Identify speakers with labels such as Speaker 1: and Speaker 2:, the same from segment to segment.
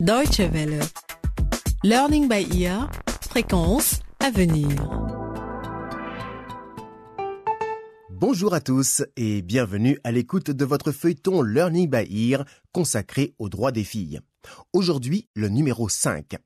Speaker 1: Deutsche Welle. Learning by ear. Fréquence à venir.
Speaker 2: Bonjour à tous et bienvenue à l'écoute de votre feuilleton Learning by Ear consacré aux droits des filles. Aujourd'hui, le numéro 5.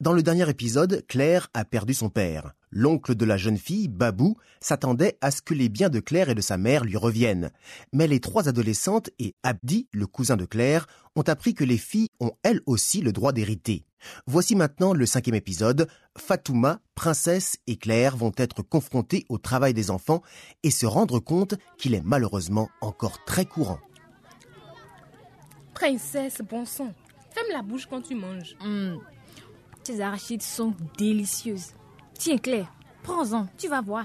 Speaker 2: Dans le dernier épisode, Claire a perdu son père. L'oncle de la jeune fille, Babou, s'attendait à ce que les biens de Claire et de sa mère lui reviennent. Mais les trois adolescentes et Abdi, le cousin de Claire, ont appris que les filles ont elles aussi le droit d'hériter. Voici maintenant le cinquième épisode. Fatouma, princesse et Claire vont être confrontées au travail des enfants et se rendre compte qu'il est malheureusement encore très courant.
Speaker 3: Princesse, bon sang, ferme la bouche quand tu manges.
Speaker 4: Hum, Tes arachides sont délicieuses. Tiens, Claire, prends-en, tu vas voir.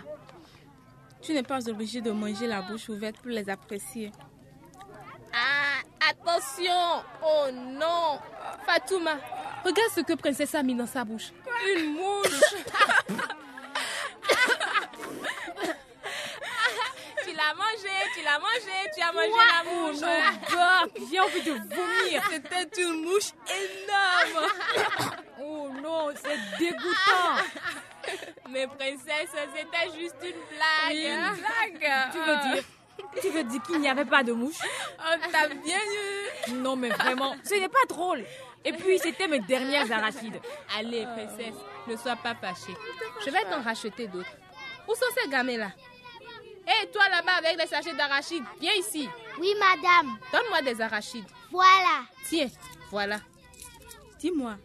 Speaker 3: Tu n'es pas obligée de manger la bouche ouverte pour les apprécier. Ah, attention Oh non Fatouma, regarde ce que Princesse a mis dans sa bouche. Une mouche
Speaker 5: Tu l'as mangé, tu l'as mangé, tu as mangé la mouche.
Speaker 3: God J'ai envie de vomir
Speaker 5: C'était une mouche énorme.
Speaker 3: Oh non, c'est dégoûtant
Speaker 5: Mais princesse, c'était juste une blague. Une blague.
Speaker 4: Tu
Speaker 3: Euh.
Speaker 4: veux dire, tu veux dire qu'il n'y avait pas de mouche
Speaker 3: Ah,
Speaker 5: On t'a bien eu.
Speaker 4: Non, mais vraiment, ce n'est pas drôle. Et puis, c'était mes dernières arachides.
Speaker 3: Allez, princesse, ne sois pas fâchée. Je vais t'en racheter d'autres. Où sont ces gamins-là Hé, toi là-bas avec les sachets d'arachides, viens ici.
Speaker 6: Oui, madame.
Speaker 3: Donne-moi des arachides.
Speaker 6: Voilà.
Speaker 3: Tiens, voilà. Dis-moi,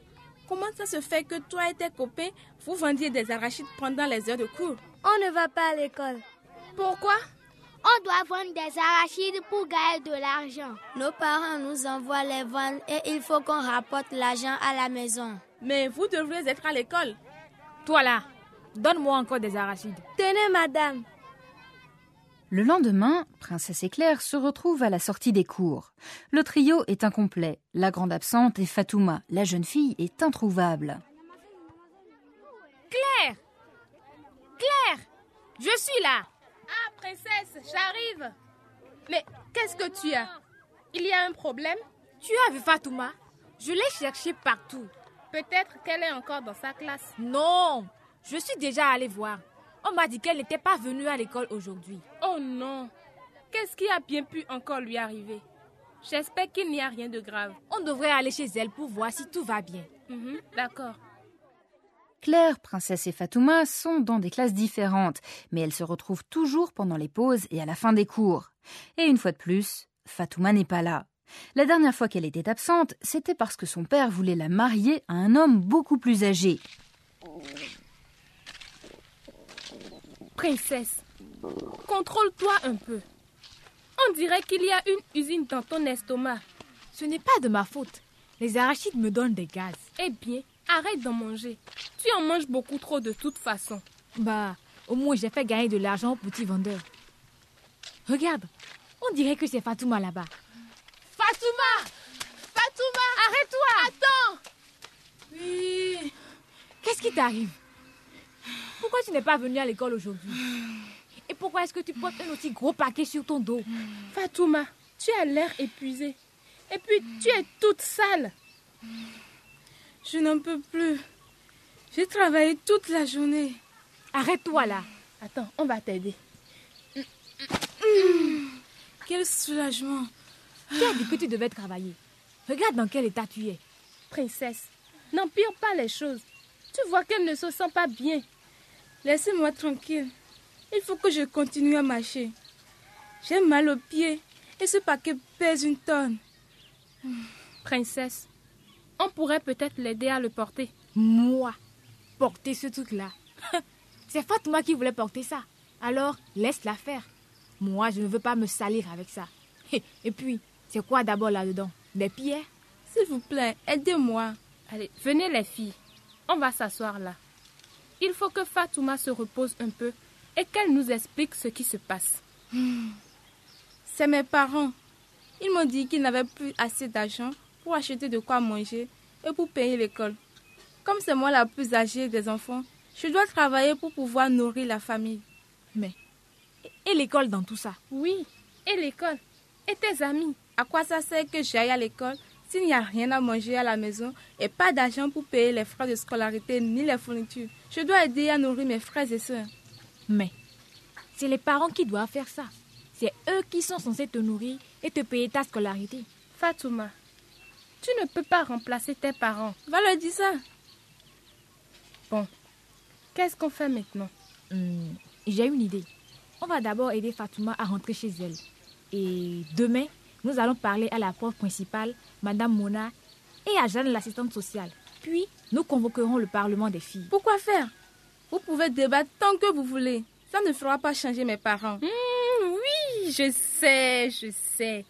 Speaker 3: comment ça se fait que toi et tes copains, vous vendiez des arachides pendant les heures de cours
Speaker 7: On ne va pas à l'école.
Speaker 3: Pourquoi
Speaker 6: On doit vendre des arachides pour gagner de l'argent.
Speaker 7: Nos parents nous envoient les vendre et il faut qu'on rapporte l'argent à la maison.
Speaker 3: Mais vous devriez être à l'école.
Speaker 4: Toi là, donne-moi encore des arachides.
Speaker 7: Tenez, madame.
Speaker 8: Le lendemain, Princesse et Claire se retrouvent à la sortie des cours. Le trio est incomplet. La grande absente est Fatouma. La jeune fille est introuvable.
Speaker 4: Claire Claire Je suis là
Speaker 3: Ah, princesse, j'arrive. Mais qu'est-ce que tu as Il y a un problème
Speaker 4: Tu as vu Fatouma Je l'ai cherchée partout.
Speaker 3: Peut-être qu'elle est encore dans sa classe.
Speaker 4: Non Je suis déjà allée voir. On m'a dit qu'elle n'était pas venue à l'école aujourd'hui.
Speaker 3: Oh non Qu'est-ce qui a bien pu encore lui arriver J'espère qu'il n'y a rien de grave.
Speaker 4: On devrait aller chez elle pour voir si tout va bien.
Speaker 3: Mhm, D'accord.
Speaker 8: Claire, Princesse et Fatouma sont dans des classes différentes, mais elles se retrouvent toujours pendant les pauses et à la fin des cours. Et une fois de plus, Fatouma n'est pas là. La dernière fois qu'elle était absente, c'était parce que son père voulait la marier à un homme beaucoup plus âgé.
Speaker 3: Princesse, contrôle-toi un peu. On dirait qu'il y a une usine dans ton estomac.
Speaker 4: Ce n'est pas de ma faute. Les arachides me donnent des gaz.
Speaker 3: Eh bien, arrête d'en manger. Tu en manges beaucoup trop de toute façon.
Speaker 4: Bah, au moins j'ai fait gagner de l'argent au petit vendeur. Regarde, on dirait que c'est Fatouma là-bas.
Speaker 5: Fatouma Fatouma Arrête-toi Attends Oui
Speaker 4: Qu'est-ce qui t'arrive Pourquoi tu n'es pas venue à l'école aujourd'hui Et pourquoi est-ce que tu portes un aussi gros paquet sur ton dos
Speaker 3: Fatouma, tu as l'air épuisée. Et puis, tu es toute sale.
Speaker 9: Je n'en peux plus. J'ai travaillé toute la journée.
Speaker 4: Arrête-toi là.
Speaker 3: Attends, on va t'aider.
Speaker 9: Quel soulagement.
Speaker 4: Tu as dit que tu devais travailler. Regarde dans quel état tu es.
Speaker 3: Princesse, n'empire pas les choses. Tu vois qu'elle ne se sent pas bien.
Speaker 9: Laissez-moi tranquille. Il faut que je continue à marcher. J'ai mal aux pieds et ce paquet pèse une tonne.
Speaker 3: Hmm, Princesse, on pourrait peut-être l'aider à le porter.
Speaker 4: Moi, porter ce truc-là. c'est Fatouma qui voulait porter ça. Alors, laisse-la faire. Moi, je ne veux pas me salir avec ça. Hé, Et puis, c'est quoi d'abord là-dedans Des pierres
Speaker 9: S'il vous plaît, aidez-moi.
Speaker 3: Allez, venez les filles. On va s'asseoir là. Il faut que Fatouma se repose un peu et qu'elle nous explique ce qui se passe.
Speaker 9: C'est mes parents. Ils m'ont dit qu'ils n'avaient plus assez d'argent pour acheter de quoi manger et pour payer l'école. Comme c'est moi la plus âgée des enfants, je dois travailler pour pouvoir nourrir la famille.
Speaker 4: Mais. Et l'école dans tout ça
Speaker 3: Oui, et l'école, et tes amis.
Speaker 9: À quoi ça sert que j'aille à l'école S'il n'y a rien à manger à la maison et pas d'argent pour payer les frais de scolarité ni les fournitures, je dois aider à nourrir mes frères et sœurs.
Speaker 4: Mais c'est les parents qui doivent faire ça. C'est eux qui sont censés te nourrir et te payer ta scolarité.
Speaker 10: Fatouma, tu ne peux pas remplacer tes parents.
Speaker 9: Va leur dire ça.
Speaker 10: Bon, qu'est-ce qu'on fait maintenant
Speaker 4: hmm, J'ai une idée. On va d'abord aider Fatouma à rentrer chez elle. Et demain, nous allons parler à la prof principale, Madame Mona, et à Jeanne, l'assistante sociale. Puis, nous convoquerons le Parlement des filles.
Speaker 9: Pourquoi faire Vous pouvez débattre tant que vous voulez. Ça ne fera pas changer mes parents.
Speaker 11: Hmm,
Speaker 10: Mmh, oui, je sais, je sais.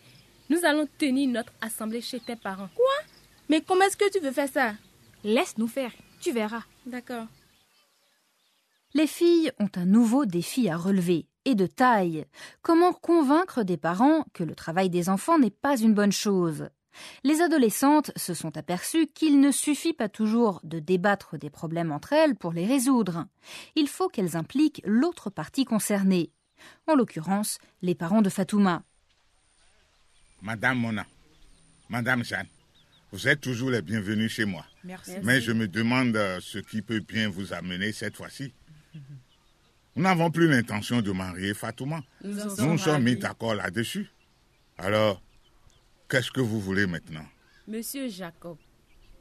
Speaker 10: Nous allons tenir notre assemblée chez tes parents.
Speaker 9: Quoi Mais comment est-ce que tu veux faire ça
Speaker 4: Laisse-nous faire, tu verras.
Speaker 9: D'accord.
Speaker 8: Les filles ont un nouveau défi à relever et de taille. Comment convaincre des parents que le travail des enfants n'est pas une bonne chose les adolescentes se sont aperçues qu'il ne suffit pas toujours de débattre des problèmes entre elles pour les résoudre. Il faut qu'elles impliquent l'autre partie concernée, en l'occurrence les parents de Fatouma.
Speaker 12: Madame Mona, Madame Jeanne, vous êtes toujours les bienvenus chez moi.
Speaker 11: Merci.
Speaker 12: Mais je me demande euh, ce qui peut bien vous amener cette fois-ci. Nous n'avons plus l'intention de marier Fatouma.
Speaker 11: Nous,
Speaker 12: Nous sommes, sommes mis d'accord là-dessus. Alors, qu'est-ce que vous voulez maintenant
Speaker 11: Monsieur Jacob,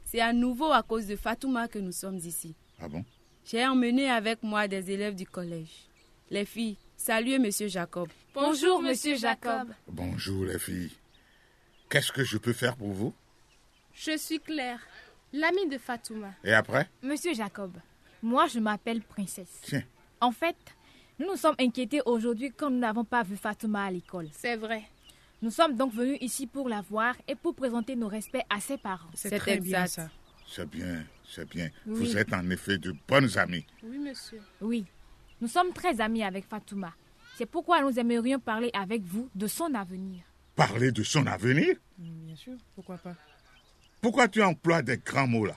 Speaker 11: c'est à nouveau à cause de Fatouma que nous sommes ici.
Speaker 12: Ah bon
Speaker 11: J'ai emmené avec moi des élèves du collège. Les filles, saluez Monsieur Jacob.
Speaker 5: Bonjour, Monsieur Jacob.
Speaker 12: Bonjour les filles. Qu'est-ce que je peux faire pour vous
Speaker 10: Je suis Claire, l'amie de Fatouma.
Speaker 12: Et après
Speaker 4: Monsieur Jacob, moi je m'appelle Princesse.
Speaker 12: Tiens.
Speaker 4: En fait, nous nous sommes inquiétés aujourd'hui quand nous n'avons pas vu Fatouma à l'école.
Speaker 10: C'est vrai.
Speaker 4: Nous sommes donc venus ici pour la voir et pour présenter nos respects à ses parents.
Speaker 11: C'est très exact. bien ça.
Speaker 12: C'est bien, c'est bien. Oui. Vous êtes en effet de bonnes amies.
Speaker 10: Oui, monsieur.
Speaker 4: Oui. Nous sommes très amis avec Fatouma. C'est pourquoi nous aimerions parler avec vous de son avenir.
Speaker 12: Parler de son avenir
Speaker 11: Mm, Bien sûr, pourquoi pas.
Speaker 12: Pourquoi tu emploies des grands mots là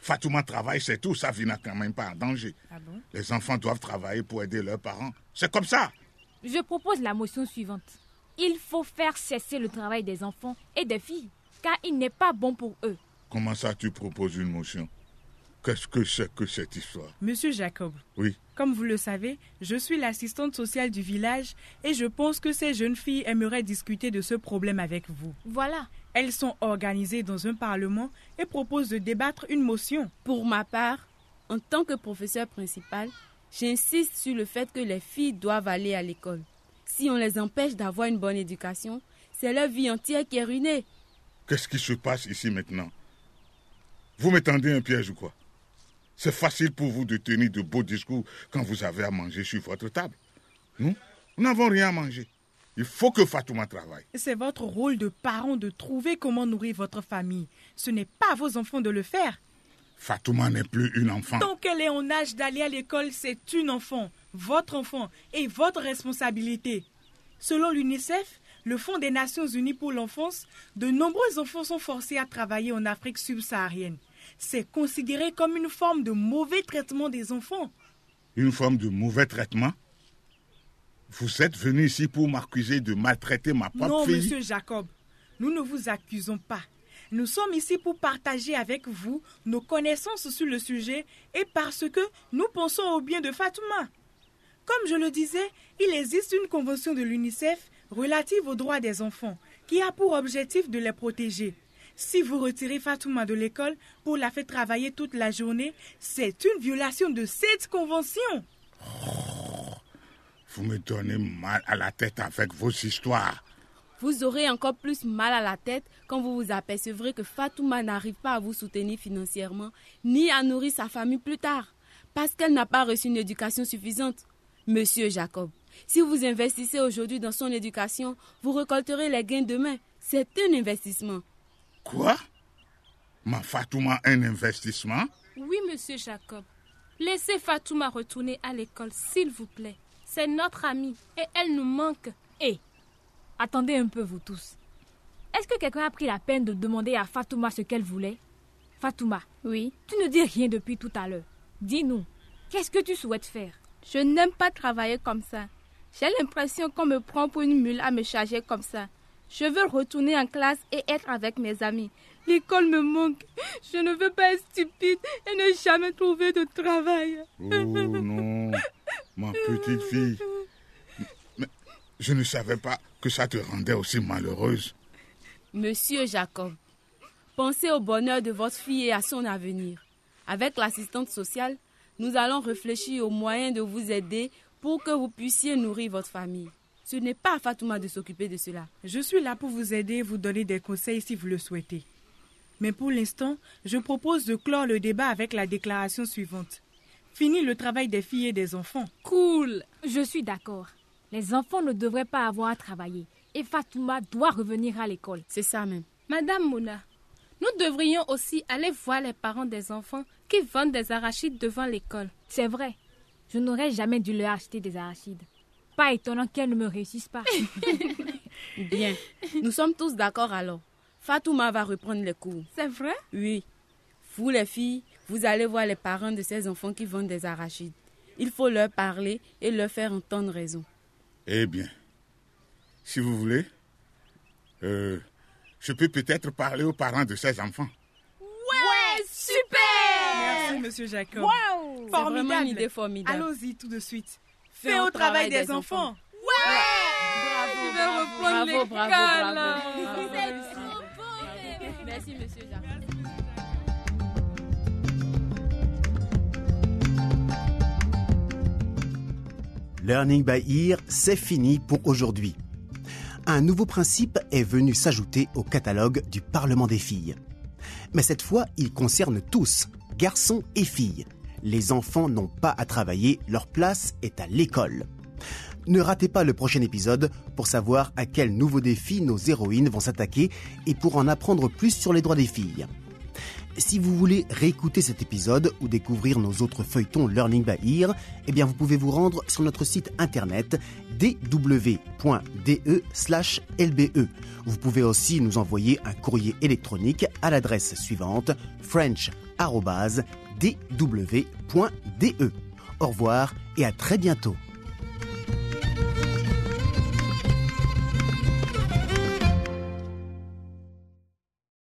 Speaker 12: Fatouma travaille, c'est tout, sa vie n'a quand même pas en danger.
Speaker 11: Ah bon
Speaker 12: Les enfants doivent travailler pour aider leurs parents. C'est comme ça.
Speaker 4: Je propose la motion suivante. Il faut faire cesser le travail des enfants et des filles, car il n'est pas bon pour eux.
Speaker 12: Comment ça tu proposes une motion Qu'est-ce que c'est que cette histoire
Speaker 11: Monsieur Jacob.
Speaker 12: Oui.
Speaker 11: Comme vous le savez, je suis l'assistante sociale du village et je pense que ces jeunes filles aimeraient discuter de ce problème avec vous.
Speaker 4: Voilà.
Speaker 11: Elles sont organisées dans un parlement et proposent de débattre une motion.
Speaker 5: Pour ma part, en tant que professeur principal, j'insiste sur le fait que les filles doivent aller à l'école. Si on les empêche d'avoir une bonne éducation, c'est leur vie entière qui est ruinée.
Speaker 12: Qu'est-ce qui se passe ici maintenant Vous m'étendez un piège ou quoi c'est facile pour vous de tenir de beaux discours quand vous avez à manger sur votre table. Nous, nous n'avons rien à manger. Il faut que Fatouma travaille.
Speaker 11: C'est votre rôle de parent de trouver comment nourrir votre famille. Ce n'est pas à vos enfants de le faire.
Speaker 12: Fatouma n'est plus une enfant.
Speaker 11: Tant qu'elle est en âge d'aller à l'école, c'est une enfant, votre enfant et votre responsabilité. Selon l'UNICEF, le Fonds des Nations Unies pour l'enfance, de nombreux enfants sont forcés à travailler en Afrique subsaharienne c'est considéré comme une forme de mauvais traitement des enfants.
Speaker 12: Une forme de mauvais traitement Vous êtes venu ici pour m'accuser de maltraiter ma propre
Speaker 11: non,
Speaker 12: fille
Speaker 11: Non, monsieur Jacob, nous ne vous accusons pas. Nous sommes ici pour partager avec vous nos connaissances sur le sujet et parce que nous pensons au bien de Fatouma. Comme je le disais, il existe une convention de l'UNICEF relative aux droits des enfants qui a pour objectif de les protéger. Si vous retirez Fatouma de l'école pour la faire travailler toute la journée, c'est une violation de cette convention.
Speaker 12: Oh, vous me donnez mal à la tête avec vos histoires.
Speaker 5: Vous aurez encore plus mal à la tête quand vous vous apercevrez que Fatouma n'arrive pas à vous soutenir financièrement, ni à nourrir sa famille plus tard, parce qu'elle n'a pas reçu une éducation suffisante. Monsieur Jacob, si vous investissez aujourd'hui dans son éducation, vous récolterez les gains demain. C'est un investissement.
Speaker 12: Quoi Ma Fatouma un investissement
Speaker 10: Oui, monsieur Jacob. Laissez Fatouma retourner à l'école, s'il vous plaît. C'est notre amie et elle nous manque.
Speaker 4: Hé hey, Attendez un peu, vous tous. Est-ce que quelqu'un a pris la peine de demander à Fatouma ce qu'elle voulait Fatouma
Speaker 10: Oui.
Speaker 4: Tu ne dis rien depuis tout à l'heure. Dis-nous, qu'est-ce que tu souhaites faire
Speaker 9: Je n'aime pas travailler comme ça. J'ai l'impression qu'on me prend pour une mule à me charger comme ça.
Speaker 13: Je veux retourner en classe et être avec mes amis. L'école me manque. Je ne veux pas être stupide et ne jamais trouver de travail.
Speaker 12: Oh non, ma petite fille. Mais je ne savais pas que ça te rendait aussi malheureuse.
Speaker 3: Monsieur Jacob, pensez au bonheur de votre fille et à son avenir. Avec l'assistante sociale, nous allons réfléchir aux moyens de vous aider pour que vous puissiez nourrir votre famille. Ce n'est pas à Fatouma de s'occuper de cela.
Speaker 11: Je suis là pour vous aider et vous donner des conseils si vous le souhaitez. Mais pour l'instant, je propose de clore le débat avec la déclaration suivante. Fini le travail des filles et des enfants.
Speaker 4: Cool Je suis d'accord. Les enfants ne devraient pas avoir à travailler. Et Fatouma doit revenir à l'école.
Speaker 3: C'est ça même.
Speaker 14: Madame Mouna, nous devrions aussi aller voir les parents des enfants qui vendent des arachides devant l'école.
Speaker 4: C'est vrai. Je n'aurais jamais dû leur acheter des arachides. Pas étonnant qu'elles ne me réussissent pas.
Speaker 3: Bien. Nous sommes tous d'accord alors. Fatouma va reprendre les cours.
Speaker 13: C'est vrai
Speaker 3: Oui. Vous, les filles, vous allez voir les parents de ces enfants qui vendent des arachides. Il faut leur parler et leur faire entendre raison.
Speaker 12: Eh bien, si vous voulez, euh, je peux peut-être parler aux parents de ces enfants.
Speaker 13: Ouais, super
Speaker 11: Merci, monsieur Jacob.
Speaker 13: Wow
Speaker 3: C'est vraiment une idée formidable.
Speaker 11: Allons-y tout de suite. Fais au travail, travail des, des, enfants. enfants.
Speaker 13: Ouais, ouais
Speaker 3: Bravo, bravo, bravo,
Speaker 13: les
Speaker 3: bravo, bravo, bravo,
Speaker 13: C'est trop beau même.
Speaker 3: Merci, monsieur Jacob.
Speaker 2: Learning by Ear, c'est fini pour aujourd'hui. Un nouveau principe est venu s'ajouter au catalogue du Parlement des filles. Mais cette fois, il concerne tous, garçons et filles. Les enfants n'ont pas à travailler, leur place est à l'école. Ne ratez pas le prochain épisode pour savoir à quel nouveau défi nos héroïnes vont s'attaquer et pour en apprendre plus sur les droits des filles. Si vous voulez réécouter cet épisode ou découvrir nos autres feuilletons Learning by Ear, eh bien vous pouvez vous rendre sur notre site internet e dw.de/lbe. e. Vous pouvez aussi nous envoyer un courrier électronique à l'adresse suivante french@dw.de. Au revoir e. et à très bientôt.